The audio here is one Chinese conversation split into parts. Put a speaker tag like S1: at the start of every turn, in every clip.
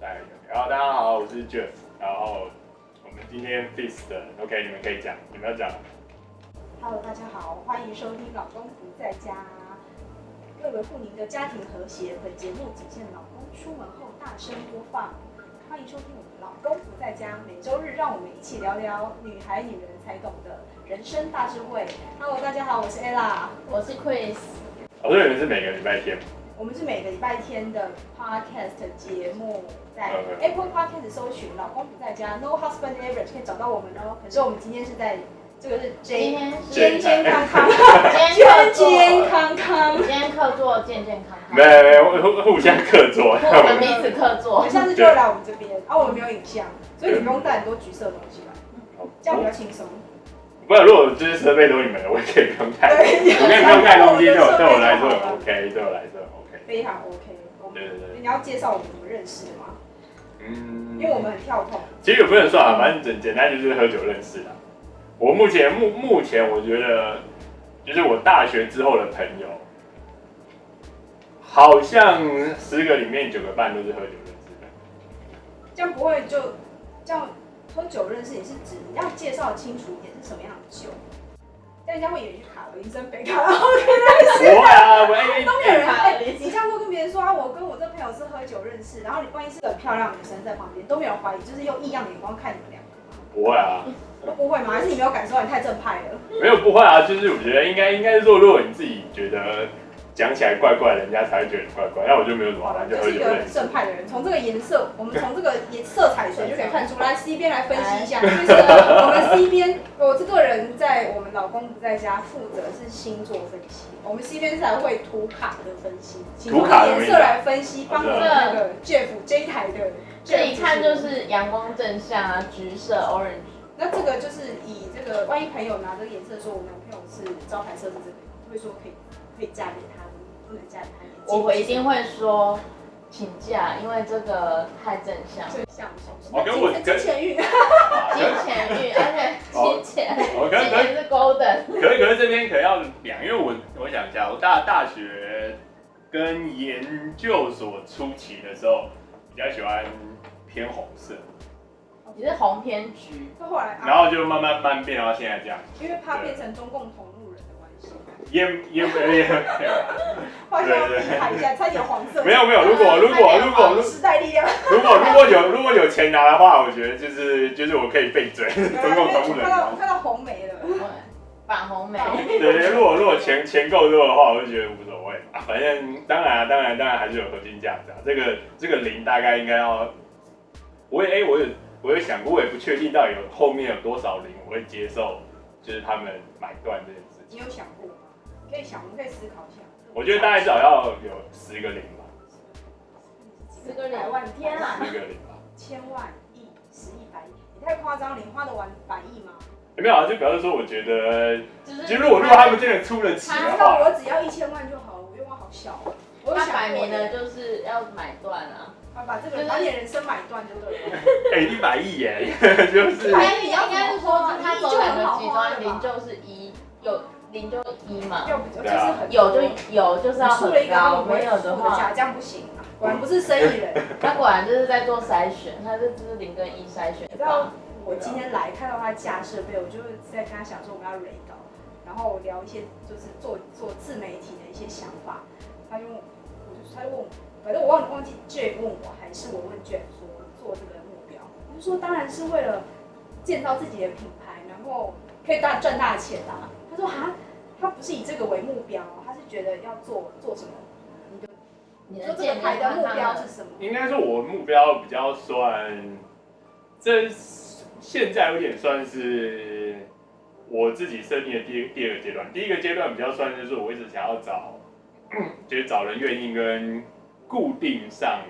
S1: 哎，然后大家好，我是 Jeff，然后我们今天 Feast 的 OK，你们可以讲，你们要讲，
S2: Hello，大家好，欢迎收听《老公不在家》，为维护您的家庭和谐，本节目仅限老公出门后大声播放。欢迎收听我们《老公不在家》，每周日让我们一起聊聊女孩、女人才懂的人生大智慧。Hello，大家好，我是 Ella，
S3: 我是 Chris，
S1: 我说你们是每个礼拜天吗，
S2: 我们是每个礼拜天的 Podcast 节目，在
S1: OK
S2: Apple Podcast 搜寻“老公不在家 ”，No Husband Average 可以找到我们哦。可是我们今天是在这个是
S3: 今
S2: J
S3: 天是
S2: 健
S3: 今
S2: 健康康。
S3: 天
S2: 健
S3: 客座，
S2: 健康康。
S3: 今天客座健健康康，
S1: 没有没有互互相客座，
S3: 我们彼此客
S2: 我
S3: 座
S2: 们，下次就会来我们这边，啊，我们没有影像，所以你不用带很多橘色的东西吧，这样比较轻松。
S1: 不然如果就是设备都你们的，我也可以不用带，我
S2: 对，
S1: 可以不用带东西，对
S2: 我
S1: 我
S2: 们的设备
S1: 对我来说
S2: 就好
S1: 很
S2: 了
S1: OK，对我来说很 OK，
S2: 非常 OK。我们
S1: 对对对，
S2: 你要介绍我们怎么认识的吗？
S1: 嗯
S2: 因为我们很跳痛，
S1: 其实也不能算啊，反正简简单就是喝酒认识的。我目前目目前我觉得，就是我大学之后的朋友，好像十个里面九个半都是喝酒认识的。
S2: 这样不会就这样喝酒认识，也是指你要介绍清楚一点是什么样的酒，但人家会以为去卡了林森北卡拉 OK
S1: 不会啊，我哎
S2: 都没有人
S3: 卡
S2: 哎
S3: 了，林
S2: 你这样会跟别人说啊，我跟我这朋友是喝酒认识，然后你万一是个很漂亮的女生在旁边，都没有人怀疑，就是用异样的眼光看你们两个吗？
S1: 不会啊，
S2: 都不会吗？还是你没有感受到你太正派了？
S1: 没有不会啊，就是我觉得应该应该是说，如果你自己觉得讲起来怪怪，人家才会觉得你怪怪，那我就没有什么
S2: 好
S1: 好
S2: 了，
S1: 玩，
S2: 你
S1: 就
S2: 就
S1: 喝
S2: 是一
S1: 酒
S2: 个
S1: 认
S2: 很
S1: 识。
S2: 正派的人。从这个颜色，我们从这个颜色彩选就可以看出来。C 边来分析一下，就是呢我们 C 边，我这个人在我们老公不在家，负责是星座分析。我们 C 边才会图卡的分析，请
S1: 图卡的
S2: 从颜色来分析，帮助
S1: 哦
S2: 那个 Jeff J 台的 Jeff
S3: 这一看就是阳光正向啊，橘色 orange，
S2: 那这个就是以这个，万一朋友拿这个颜色说我男朋友是招牌色是这个，会说可以可以嫁给他，不能嫁给他眼镜。
S3: 我一定会说请假，因为这个太正向，
S2: 这个像不像是？
S1: 哦跟我
S2: 金金钱运。
S3: 金钱运，而且金钱，
S1: 我
S3: 今年是 golden，
S1: 可是可是这边可能要两，因为我我想一下，我大大学跟研究所初期的时候，比较喜欢偏红色，
S3: 你是红偏 橘，
S2: 那后来啊
S1: 然后就慢慢慢变到现在这样，
S2: 因为怕变成中共同路人的关系，
S1: 也也也没有
S2: 好像要避开一下，差点黄色。
S1: 呃没有没有，如果如果如果如
S2: 时代力量，
S1: 如果如果有如果有钱拿的话，我觉得就是就是我可以被追，
S2: 啊
S1: 中共同路
S2: 我
S1: 人
S2: 看。到我看到红梅了，
S3: 对反红梅，
S1: 对对，如果如果钱钱够多的话，我就觉得无所谓嘛。反正当然啊当然当然还是有核心价值啊。这个这个零大概应该要，我也哎、我有我有想过，我也不确定到底有后面有多少零我会接受，就是他们买断这件事情。
S2: 你有想过吗？可以想，我们可以思考一下。
S1: 我觉得大概至少要有十个零吧，
S3: 十个
S2: 百
S3: 两
S2: 万
S3: 万天啊，
S1: 十个零吧。
S2: 千万亿十亿百亿，你太夸张，零花得完百亿吗？
S1: 有没有啊？就表示说，我觉得，
S3: 就是
S1: 其实如果如果他们真的出了钱
S2: 你
S1: 的
S2: 知道
S1: 话，
S2: 我只要一千万就好，我愿望好小哦。我有
S3: 他
S2: 想
S3: 摆
S2: 过
S3: 明了就是要买断啊，
S2: 啊把这个把你的人生买断就对了。
S1: 哎，一百亿耶， 就是
S3: 但是应该是说，就是它走两个极端，零就是一，有零就一嘛，
S2: 要比较就是很
S3: 有就有，就是要
S2: 出了
S3: 很
S2: 一个他
S3: 高，
S2: 们不会
S3: 没有的
S2: 付
S3: 话，
S2: 价，这样不行啊，果然不是生意人。
S3: 它果然就是在做筛选，它是就是零跟一筛选
S2: 你知道
S3: 吧。
S2: 我今天来看到他架设备，我就是在跟他想说我们要雷稿，然后聊一些就是做做自媒体的一些想法。他就问我，我就他就问我，反正我忘忘记 Jeff 问我还是我问 Jeff 说做这个目标，我就说当然是为了建造自己的品牌，然后可以大赚大钱啦、他说哈，他不是以这个为目标，哦他是觉得要做做什么，
S3: 你
S2: 你
S3: 的
S2: 说这个
S3: 健
S2: 牌
S3: 康
S2: 的目标
S3: 是
S2: 是什么？
S1: 应该说，我目标比较算，这现在有点算是我自己设定的第第二个阶段。第一个阶段比较算就是我一直想要找， 就是找人愿意跟固定上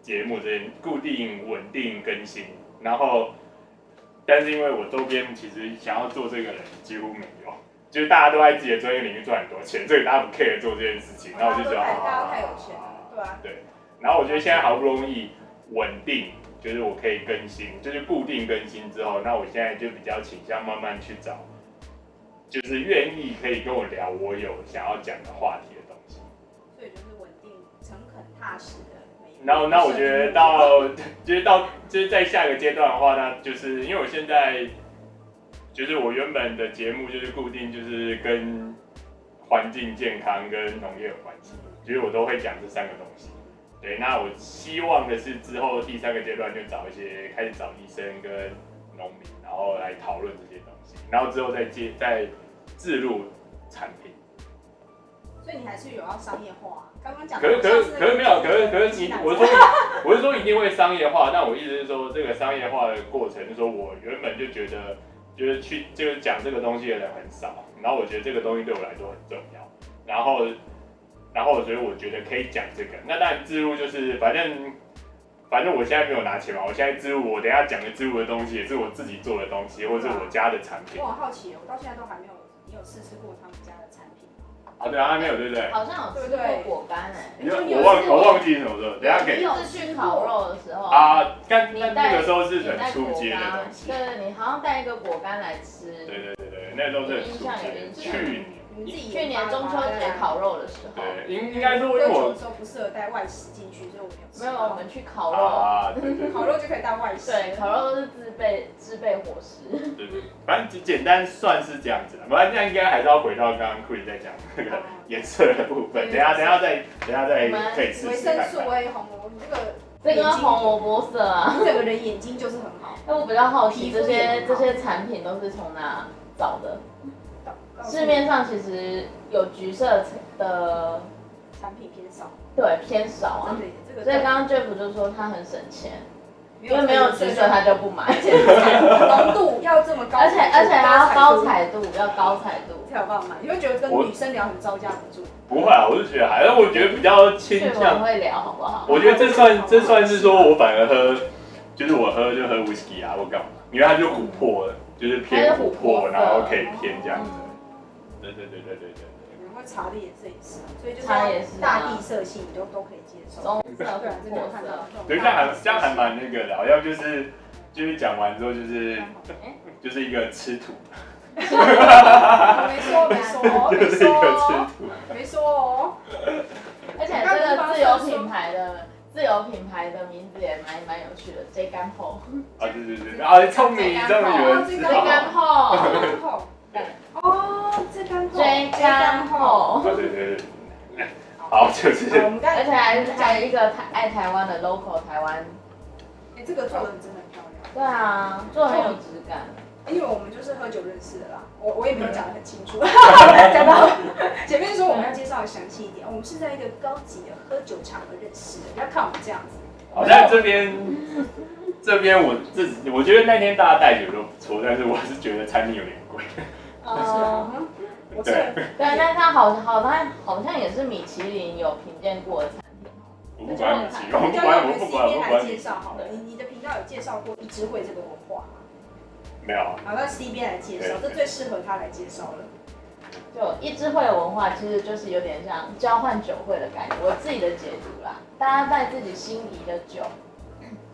S1: 节目这件固定稳定更新，然后但是因为我周边其实想要做这个人几乎没有。就是大家都在自己的专业领域赚很多钱，这个大家不 care 做这件事情，然后我就觉得
S2: 大家都太大
S1: 啊
S2: 家太有钱了，对啊，
S1: 然后我觉得现在好不容易稳定，就是我可以更新，就是固定更新之后，那我现在就比较倾向慢慢去找，就是愿意可以跟我聊我有想要讲的话题的东西。
S2: 所以就是稳定、诚恳、踏实的每一
S1: 然后，那我觉得到，就是到，就是在下一个阶段的话，那就是因为我现在，就是我原本的节目就是固定就是跟环境健康跟农业有关系，就是我都会讲这三个东西。对，那我希望的是之后第三个阶段就找一些开始找医生跟农民，然后来讨论这些东西，然后之后再接再置入产品。
S2: 所以你还是有要商业化、啊。刚刚讲
S1: 可
S2: 的
S1: 是可是
S2: 像那个
S1: 可是没有，可是可是你
S2: 鸡，蛋
S1: 我是说我是说一定会商业化，但我意思是说这个商业化的过程，就是说我原本就觉得就是去就是讲这个东西的人很少，然后我觉得这个东西对我来说很重要，然后然后所以我觉得可以讲这个，那当然自入就是反正。反正我现在没有拿钱嘛，我现在自入，我等一下讲的自入的东西也是我自己做的东西，或者是我家的产品
S2: 我很好奇，我到现在都还没有，你有试吃过他们家的产品吗？
S1: 啊，对啊，还没有对不对？
S3: 好像有吃过果干哎、
S2: 你说你有
S1: 我忘
S2: 试过
S1: 我忘记什么时候，等一下
S3: 你
S1: 给
S3: 有去烤肉的时候，
S1: 啊，但
S3: 你
S1: 但
S3: 带
S1: 那个时候是
S3: 你
S1: 很
S3: 带
S1: 初
S3: 果
S1: 阶的
S3: 干
S1: 东，西。
S3: 对，你好像带一个果干来吃。
S1: 对对对对，那时候是很初级，去年
S2: 你们自己
S3: 去年中秋节烤肉的时候，
S1: 对，应应该说因为
S2: 喝酒
S1: 我
S2: 的时候不适合带外食进去，所以我没有吃
S3: 没有我们去烤肉，
S1: 啊，对对
S2: 烤肉就可以带外食。
S3: 对，烤肉都是自备自备伙食。
S1: 对对，反正简简单算是这样子了，不然这样应该还是要回到刚刚 Queen 在讲那
S2: 哦
S1: 个颜色的部分，等一下等一下再等一下再可以试
S2: 维
S1: 试
S2: 生
S1: 看
S2: 素
S1: 看。
S2: A 红萝卜，你这个
S3: 这跟红萝卜色啊，
S2: 你整个人眼睛就是很好。
S3: 那我比较好
S2: 皮
S3: 奇
S2: 肤
S3: 这些
S2: 也
S3: 这
S2: 很好
S3: 些产品都是从哪找的？
S2: 到到
S3: 市面上其实有橘色的，
S2: 产品偏少，
S3: 对，偏少啊
S2: 真。的耶这个
S3: 所以刚刚 Jeff 就说他很省钱，
S2: 没
S3: 因为没有橘色他就不买，
S2: 而且浓度要这么高，
S3: 而且而且还要高
S2: 才
S3: 彩度，要高彩度。
S2: 才有办法买。你会觉得跟
S1: 我
S2: 女生聊很招架不住，
S1: 不会啊，我是觉得还，但我觉得比较倾
S3: 对，我
S1: 向，
S3: 会聊好不好？
S1: 我觉得这算这算是说我反而喝，就是我喝就喝 whisky 啊，我干嘛？因为它就琥珀，就是偏琥珀，然后可以
S2: 啊
S1: 偏这样子。对对对对对对。
S2: 然后茶的颜色也是，所以就是
S3: 茶嗯也是啊
S2: 大地色系你都都可以接受。
S3: 棕色、
S2: 对啊，这
S3: 琥
S2: 个
S3: 珀
S2: 有看到
S3: 色。
S1: 对，这样还这样还蛮那个的，好像就是就是讲完之后就是
S3: 哎
S1: 就是一个吃土，
S2: 哦 没说没说
S1: 就
S2: 没
S1: 是一个
S2: 说
S1: 吃土。
S2: 没说 哦，
S3: 而且这个自由品牌的自由品牌的名字也蛮蛮有趣的，J 干后
S1: 啊，对对对，啊，聪明，终于有人知
S3: ，J
S1: 道。
S3: 干后
S2: 这干后
S1: 对
S2: 哦，这干后
S3: ，J 干后，
S1: 对对对对，好，就是
S2: 好我们刚
S3: 而
S2: 才
S3: 且还还有一个台爱台湾的 local 台湾，
S2: 哎，这个做的真的很漂亮。
S3: 对啊，做得很有质感。
S2: 因为我们就是喝酒认识的啦，我我也没有讲得很清楚， 讲到前面说我们要介绍得详细一点，我们是在一个高级的喝酒场合认识的，不要看我们这样子，
S1: 好像这边这边我自己我觉得那天大家带酒都不错，但是我是觉得餐厅有点贵。
S3: 嗯，
S2: 嗯，我是
S3: 对，但它好好像好像也是米其林有评鉴过的餐厅。
S1: 我不管你奇，我不
S2: 就让
S1: 管
S2: 我
S1: 我
S2: 们
S1: 不
S2: C
S1: 管我
S2: B
S1: 不
S2: 来
S1: 管
S2: 介
S1: 你，
S2: 绍好了，你你的频道有介绍过一枝会这个文化吗？
S1: 没有，啊
S2: 好，那 C B 来介绍，这
S1: 对
S2: 最适合他来介绍了。
S3: 就一支会的文化，其实就是有点像交换酒会的感觉，我自己的解读啦。大家带自己心仪的酒，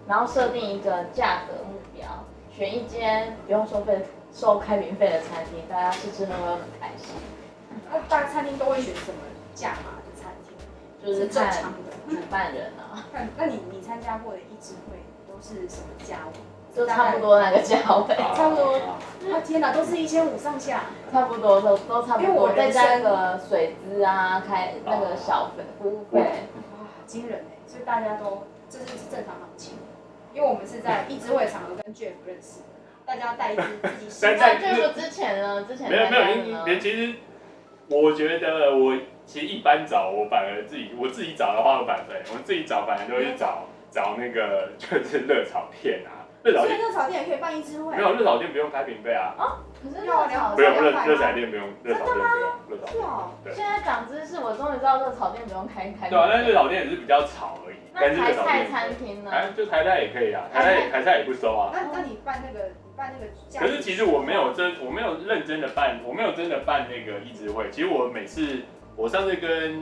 S3: 然后设定一个价格目标，选一间不用收费、收开瓶费的餐厅，大家吃吃喝喝很开心。
S2: 那大餐厅都会选什么价码的餐厅？
S3: 就是
S2: 是正
S3: 看
S2: 常的。
S3: 主办人啊，
S2: 那那你你参加过的一枝会都是什么价位？
S3: 就差不多那个价位，
S2: 哎差不多。啊天哪，都是一千五上下。
S3: 差不多都都差不
S2: 因为我
S3: 多，再
S2: 人生
S3: 加一个水资啊，开那个小费
S1: 哦
S3: 服务费，
S2: 哇，哦惊人哎！所以大家都这是正常行情，因为我们是在一支会场合跟 Jeff 认识，大家带一支自己喜
S1: 在
S2: 欢
S1: 在
S2: 的。
S3: 那这个之前呢，之前
S1: 没有没有
S3: 参加的
S1: 因
S3: 呢
S1: 因，其实我觉得呃我其实一般找我反而自己我自己找的话，我反正我自己找反而都会找找那个就是热炒店啊，热炒
S2: 所以
S1: 店
S2: 热炒店也可以办一支会
S1: 没。有热炒店不用开瓶费啊，
S3: 可是那个炒
S1: 不用热
S2: 要买吗
S1: 热炒店不用热炒店不用热炒
S2: 是
S1: 店，
S2: 哦，
S1: 对
S3: 现在长知识，我终于知道热炒店不用开开。
S1: 对啊，但是热炒店也是比较炒而已，但
S3: 那
S1: 是热
S3: 台
S1: 炒
S3: 菜
S1: 店
S3: 餐厅呢？
S1: 哎就台菜也可以啊，台菜也台菜也不收啊。
S2: 那那你办那个你办那个价？
S1: 可是其实我没有真，我没有认真的办，我没有真的办那个一直会。其实我每次，我上次跟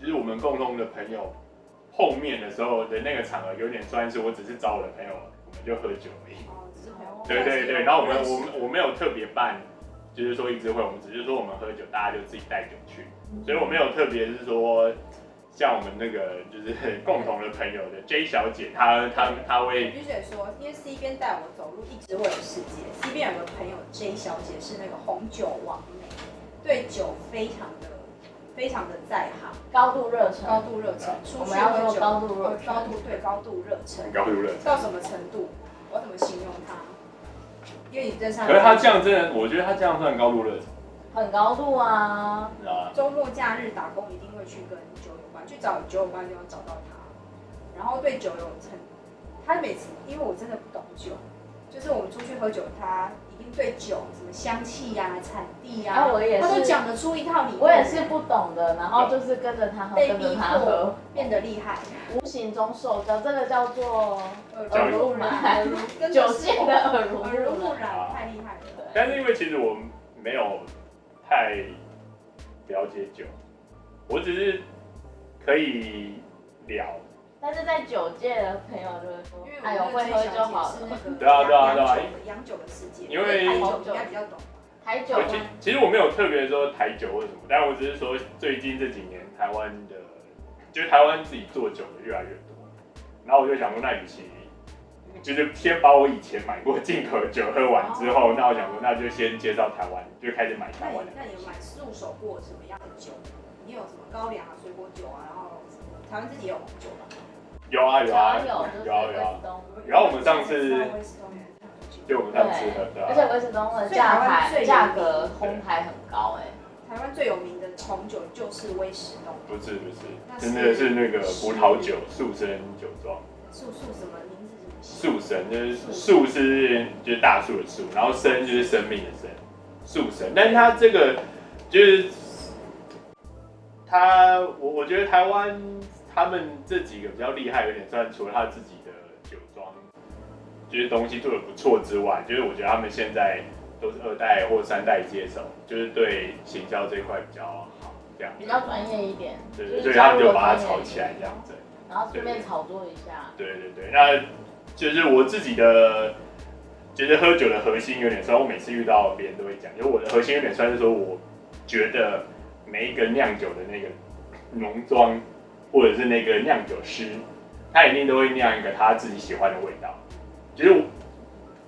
S1: 就是我们共同的朋友碰面的时候的那个场合，有点算是我只是找我的朋友，我们就喝酒而已。
S2: 哦，只是朋友。哦
S1: 对对对，然后我们我们我没有特别办，就是说一直会，我们只是说我们喝酒，大家就自己带酒去，所以我没有特别是说像我们那个就是共同的朋友的 J 小姐，她她她
S2: 我
S1: 会
S2: 必须得说，因为 C 边带我走路一直会有世界。C 边有个朋友 J 小姐是那个红酒王美，对酒非常的非常的在行，
S3: 嗯高度
S2: 高
S3: 热忱，
S2: 度热忱，出
S3: 我
S2: 去
S3: 们要
S2: 喝
S3: 做
S2: 酒，
S3: 高度热
S2: 呃高
S3: 忱，
S2: 度对高度热忱
S1: 很高度热情。
S2: 到什么程度？我要怎么形容她？因为你认识她，
S1: 可是她这样真的，我觉得她这样算高度热情，
S3: 很高度啊。
S1: 你知道吗？
S2: 周末假日打工一定会去跟酒有关，去找酒有关的地方找到他，然后对酒有很，他每次因为我真的不懂酒，就是我们出去喝酒，他一定对酒什么香气呀、产地呀、
S3: 然后我也
S2: 他都
S3: 是，
S2: 讲得出一套理论，
S3: 我也是不懂的，然后就是跟着他喝，
S2: 被
S3: 跟着
S2: 逼
S3: 他喝
S2: 迫，变得厉害，
S3: 无形中受教，这个叫做
S1: 耳
S2: 耳
S1: 濡
S2: 濡
S3: 目
S2: 目
S3: 染
S2: 染，耳濡真
S3: 酒
S2: 的是
S3: 性的耳濡
S2: 耳濡
S3: 目
S2: 目
S3: 染。
S2: 染，太厉害了。
S1: 但是因为其实我没有太了解酒，我只是可以聊。
S3: 但是在酒界的朋友就会说
S2: 因为，我
S3: 哎呦，
S2: 们
S3: 会喝就好了。
S1: 对啊对啊对啊
S2: 洋酒的洋酒的世界，
S1: 因为
S2: 台酒应该比较懂。
S3: 台酒
S1: 我其其实我没有特别说台酒或什么，但我只是说最近这几年台湾的，就是台湾自己做酒的越来越多，然后我就想说，那与其就是先把我以前买过进口的酒喝完之后，那我想说，那就先介绍台湾，就开始买
S2: 那
S1: 台
S2: 你
S1: 湾的
S2: 那你有
S1: 东西。
S2: 买入手过什么样的酒？你有什么高粱啊、水果酒啊，然后什么台湾自己也有红酒吧？
S1: 有啊
S3: 只
S1: 有
S3: 要
S1: 啊
S3: 有就是
S1: 有啊有
S3: 威
S1: 啊
S3: 斯，东，
S1: 然后我们上次
S2: 知道威斯通原来是红酒
S1: 就我们上次喝的
S3: 而
S1: 啊，
S3: 且威斯东的价牌价格哄抬很高哎，
S2: 台湾最有名的红酒就是威士东，
S1: 不是不
S2: 那
S1: 是，
S2: 是
S1: 真的是那个葡萄酒速生酒庄。
S2: 素素什么名字什么系？
S1: 树神就是树是就是大树的树，然后生就是生命的生，树神。但是它这个就是它，我我觉得台湾他们这几个比较厉害，有点算除了他自己的酒庄，就是东西做的不错之外，就是我觉得他们现在都是二代或三代接手，就是对行销这一块比较好，这样
S3: 比较专业一点，
S1: 对对
S3: 是
S1: 对，他
S3: 加
S1: 们
S3: 入
S1: 就
S3: 了
S1: 把它
S3: 专业
S1: 炒起来这样子。
S3: 然后顺便炒作一下。
S1: 对对对，那就是我自己的，觉得喝酒的核心有点酸。我每次遇到别人都会讲，因为我的核心有点酸，是说我觉得每一个酿酒的那个农庄或者是那个酿酒师，他一定都会酿一个他自己喜欢的味道。就是我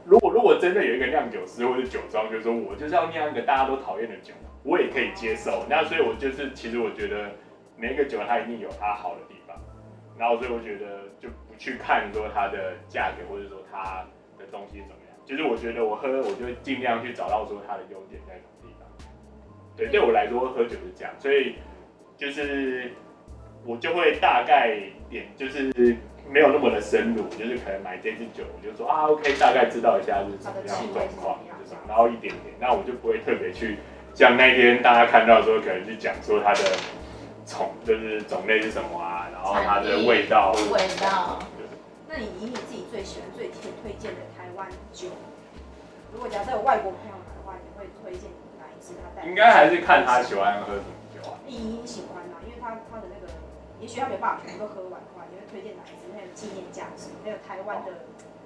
S1: 如果如果真的有一个酿酒师或者酒庄，就是说我就是要酿一个大家都讨厌的酒，我也可以接受。那所以我就是其实我觉得每一个酒它一定有它好的地方。然后所以我觉得就不去看说它的价格或者说它的东西怎么样，就是我觉得我喝我就尽量去找到说它的优点在什么地方。对，对我来说喝酒是这样，所以就是我就会大概点就是。没有那么的深入，就是可能买这支酒，我就说啊，OK，大概知道一下是什么样的状况，就是然后一点点，那我就不会特别去像那天大家看到说，可能去讲说它的种，就是种类是什么啊，然后它的味道，
S3: 味道
S2: 那你以你自己最喜欢、最推推荐的台湾酒，如果假设有外国朋友来的话，你会推荐哪一支他带？
S1: 应该还是看他喜欢喝什么酒啊。
S2: 你一定喜欢啦，因为他他的那个，也许他没办法全部都喝完的话，你会推荐哪一支很有纪念价值，还有台湾的，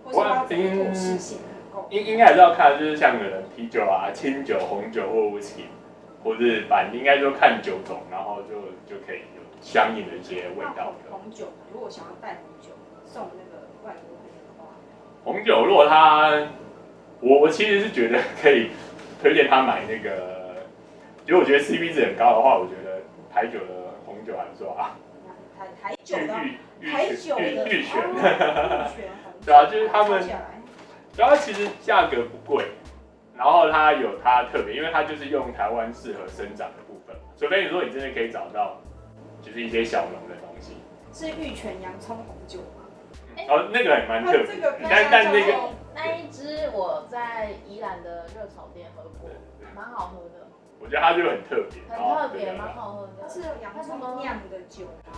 S2: 或是它整个故事性很够。
S1: 应应该还是哦要看，就是像可能啤酒啊、清酒、红酒或 whisky，或是反应该就看酒种，然后就就可以有相应的一些味道
S2: 那红酒，如果想要带红酒送那个外国朋友的话，
S1: 红酒，如果他，我我其实是觉得可以推荐他买那个，因为我觉得 CP 值很高的话，我觉得台酒的红酒还不错啊，
S2: 那台台
S1: 玉
S2: 酒的
S1: 玉玉
S2: 台酒
S1: 玉
S2: 的
S1: 玉泉，
S2: 哦玉泉红酒，
S1: 对啊就是他们
S2: 抄起来
S1: 然后它其实价格不贵，然后它有它特别，因为它就是用台湾适合生长的部分，除非你说你真的可以找到，就是一些小农的东西，
S2: 是玉泉洋葱红酒吗？
S3: 哎
S1: 然后那个也蛮特别
S2: 它这个
S1: 的，但但那个
S2: 个
S3: 那一支我在宜兰的热炒店喝过，蛮好喝的，
S1: 我觉得它就很特别，
S3: 很
S1: 然后
S3: 特别，
S1: 哦对
S3: 蛮好喝的
S2: 它。是洋葱酿的酒啊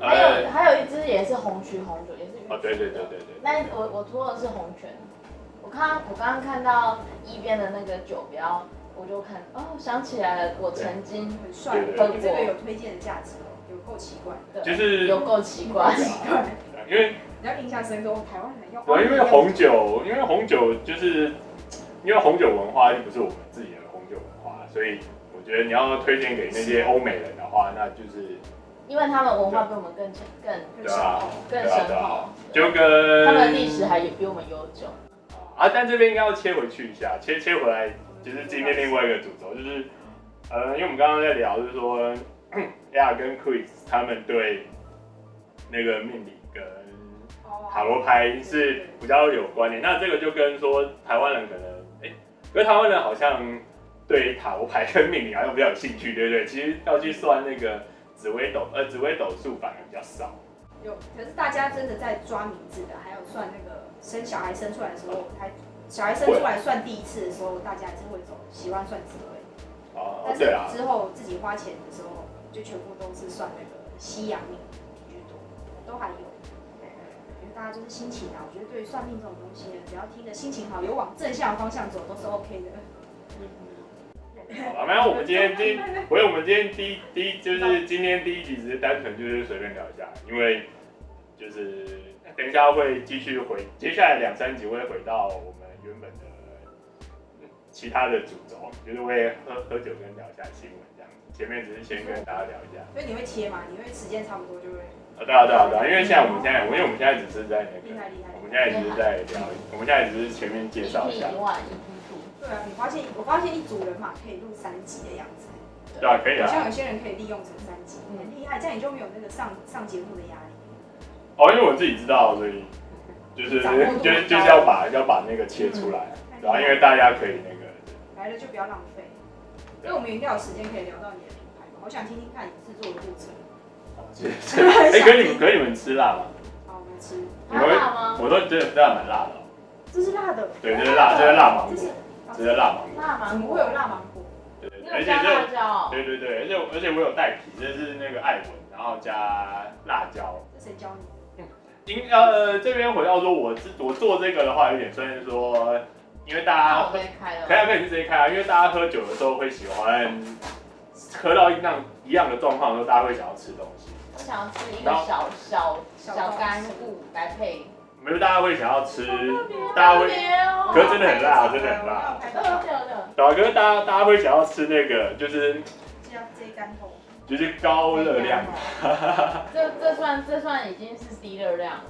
S2: 吗？
S3: 还有还有一支也是红曲红酒，也是
S1: 呃哎哦，对对对对对。
S3: 那我我涂的是红拳，我看我刚刚看到一边的那个酒标，我就看哦，想起来了，我曾经
S2: 很帅，
S1: 对
S3: 对对
S2: 这个有推荐的价值哦，有够奇怪。
S3: 对
S1: 就是
S3: 有够奇怪，
S1: 因为
S2: 比较印象深刻，台湾人用。
S1: 对，因为红酒，因为红酒就是因为红酒文化又不是我们自己的红酒文化，所以我觉得你要推荐给那些欧美人的话，那就是
S3: 因为他们文化比我们更强、更
S2: 很少。
S3: 更
S1: 对啊
S3: 深
S1: 对
S3: 厚
S1: 啊，就跟
S3: 他们历史还比我们悠久。
S1: 啊，但这边应该要切回去一下，切切回来，就是今天另外一个主轴，就是呃，因为我们刚刚在聊，就是说 Ella 跟 Chris 他们对那个命理跟
S2: 哦
S1: 塔罗牌是比较有关联。那这个就跟说台湾人可能，哎、可是台湾人好像对塔罗牌跟命理好像比较有兴趣，对不对？其实要去算那个紫微斗，呃，紫微斗数反而比较少。
S2: 有，可是大家真的在抓名字的，还有算那个生小孩生出来的时候，还小孩生出来算第一次的时候，大家还是会走喜欢算紫微，
S1: 哦
S2: 但，
S1: 对啊，
S2: 是之后自己花钱的时候，就全部都是算那个西洋命居多，都还有。因为大家就是心情啊，我觉得对于算命这种东西呢，只要听着心情好，有往正向的方向走，都是 OK 的。
S1: 好了，反正我们今天第，所以我们今天第一第一就是今天第一集只是单纯就是随便聊一下，因为就是等一下会继续回，接下来两三集会回到我们原本的嗯其他的主轴，就是会喝喝酒跟聊一下新闻这样子。前面只是先跟大家聊一下，
S2: 所以你会切嘛？你会时间差不多就会
S1: 啊对啊对啊对啊，因为现在我们现在，因为我们现在只是在那
S2: 厉
S1: 个，
S2: 害厉害。
S1: 我们现在只是在聊，我们现在只是前面介绍一下
S3: EP，one、EP
S2: 对啊，你发现我发现一组人嘛可以录三集的样子，
S1: 对啊，可以啊。
S2: 好像有些人可以利用成三集，很厉害，这样你就没有那个上上节目的压力。
S1: 哦，因为我自己知道，所以就是
S2: 掌握度嗯
S1: 就是就是要把要把那个切出来，然啊后因为大家可以那个，
S2: 来了就不要浪费，
S1: 啊
S2: 因为我们一定要有时间可以聊到你的品牌嘛。我想听听看你制作的过程。嗯
S1: 谢谢。哎，可以你们可以你们吃辣吗？
S2: 好，我们吃，
S1: 你
S3: two，
S1: 会
S3: 辣吗？
S1: 我都觉得这样蛮辣的哦，
S2: 这是辣的，
S1: 对，这是辣，这是辣芒
S2: 这
S1: 果
S2: 是，
S1: 这是辣芒果，
S3: 辣吗？
S2: 怎么会有？辣芒果？
S1: 对对
S3: 你
S1: 对，
S3: 有
S1: 而且
S3: 加辣
S1: 这
S3: 椒哦？
S1: 对对对，而且我而且我有带皮，这是那个艾文，然后加辣椒。
S2: 这谁教你？
S1: 因呃这边回到说，我自我做这个的话，有点算是说，因为大
S3: 那
S1: 家
S3: 我被开
S1: 可以
S3: 了。
S1: 啊，可以直接开啊，因为大家喝酒的时候会喜欢喝到一样一样的状况的时候，大家会想要吃东西，
S3: 我想要吃一个小小小干物来配。
S1: 没有大家会想要吃，大家
S3: 特
S1: 会
S3: 别哦。
S1: 可是真的很辣真的很辣
S2: 哦我要拍
S3: 对
S2: 到
S3: 啊对啊对啊
S1: 对啊，可是大家大家会想要吃那个就是
S2: 这样这一干头，
S1: 就是高热量，
S3: 这这算这算已经是低热量了。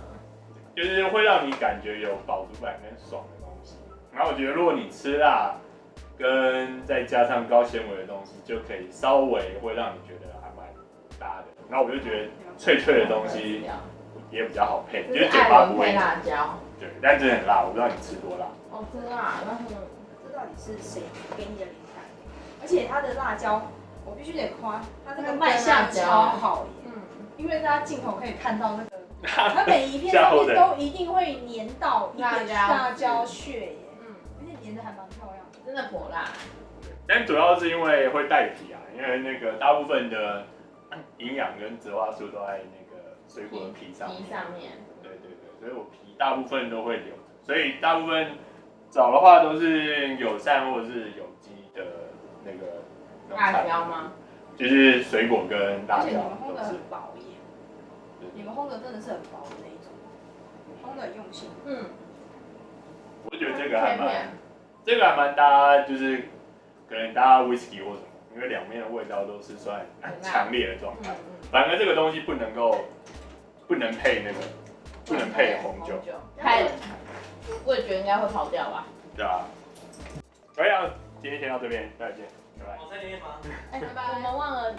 S1: 就是会让你感觉有饱足感跟爽的东西。然后我觉得如果你吃辣，跟再加上高纤维的东西，就可以稍微会让你觉得还蛮搭的。然后我就觉得脆脆的东西也比较好配，就
S3: 这
S1: 是
S3: 是
S1: 嘴
S3: 艾
S1: 巴
S3: 文
S1: 不会
S3: 配辣椒。
S1: 对，但真的很辣，我不知道你吃多辣。
S3: 哦，真的啊，那很
S2: 这到底是谁给你的灵感？而且它的辣椒，我必须得夸，它那个卖相超好耶。
S3: 嗯，
S2: 因为大家镜头可以看到 那个，它每一片
S1: 吓
S2: 上
S1: 后的
S2: 面都一定会粘到一
S3: 辣
S2: 点
S3: 椒
S2: 辣椒屑耶，
S3: 嗯，
S2: 而且粘的还蛮漂亮的。
S3: 真的火辣。
S1: 但主要是因为会带皮啊，因为那个大部分的营养跟植化素都在那个水果的皮上面。
S3: 皮上面。
S1: 对对对，所以我皮大部分都会留着，所以大部分找的话都是友善或者是有机的那个农产
S3: 辣椒吗？
S1: 就是水果跟
S2: 而
S1: 辣
S2: 且
S1: 椒
S2: 你们烘
S1: 都
S2: 的
S1: 是
S2: 很。薄耶，你们烘的真的是很薄的那一种，烘的很用心。
S3: 嗯，
S1: 我觉得这个还
S3: 甜
S1: 蛮
S3: 甜，
S1: 这个还蛮搭，就是可能搭 whisky 或什么，因为两面的味道都是算
S3: 很辣
S1: 强烈的状
S3: 嗯
S1: 态。
S3: 嗯。
S1: 反而这个东西不能够，不能配那个，不能配红酒，，
S3: 太，我也觉得应该会跑掉吧。
S1: 对啊。可以啊，今天先到这边，再见，拜拜。
S4: 我在那边吗？
S3: 哎，我们忘了。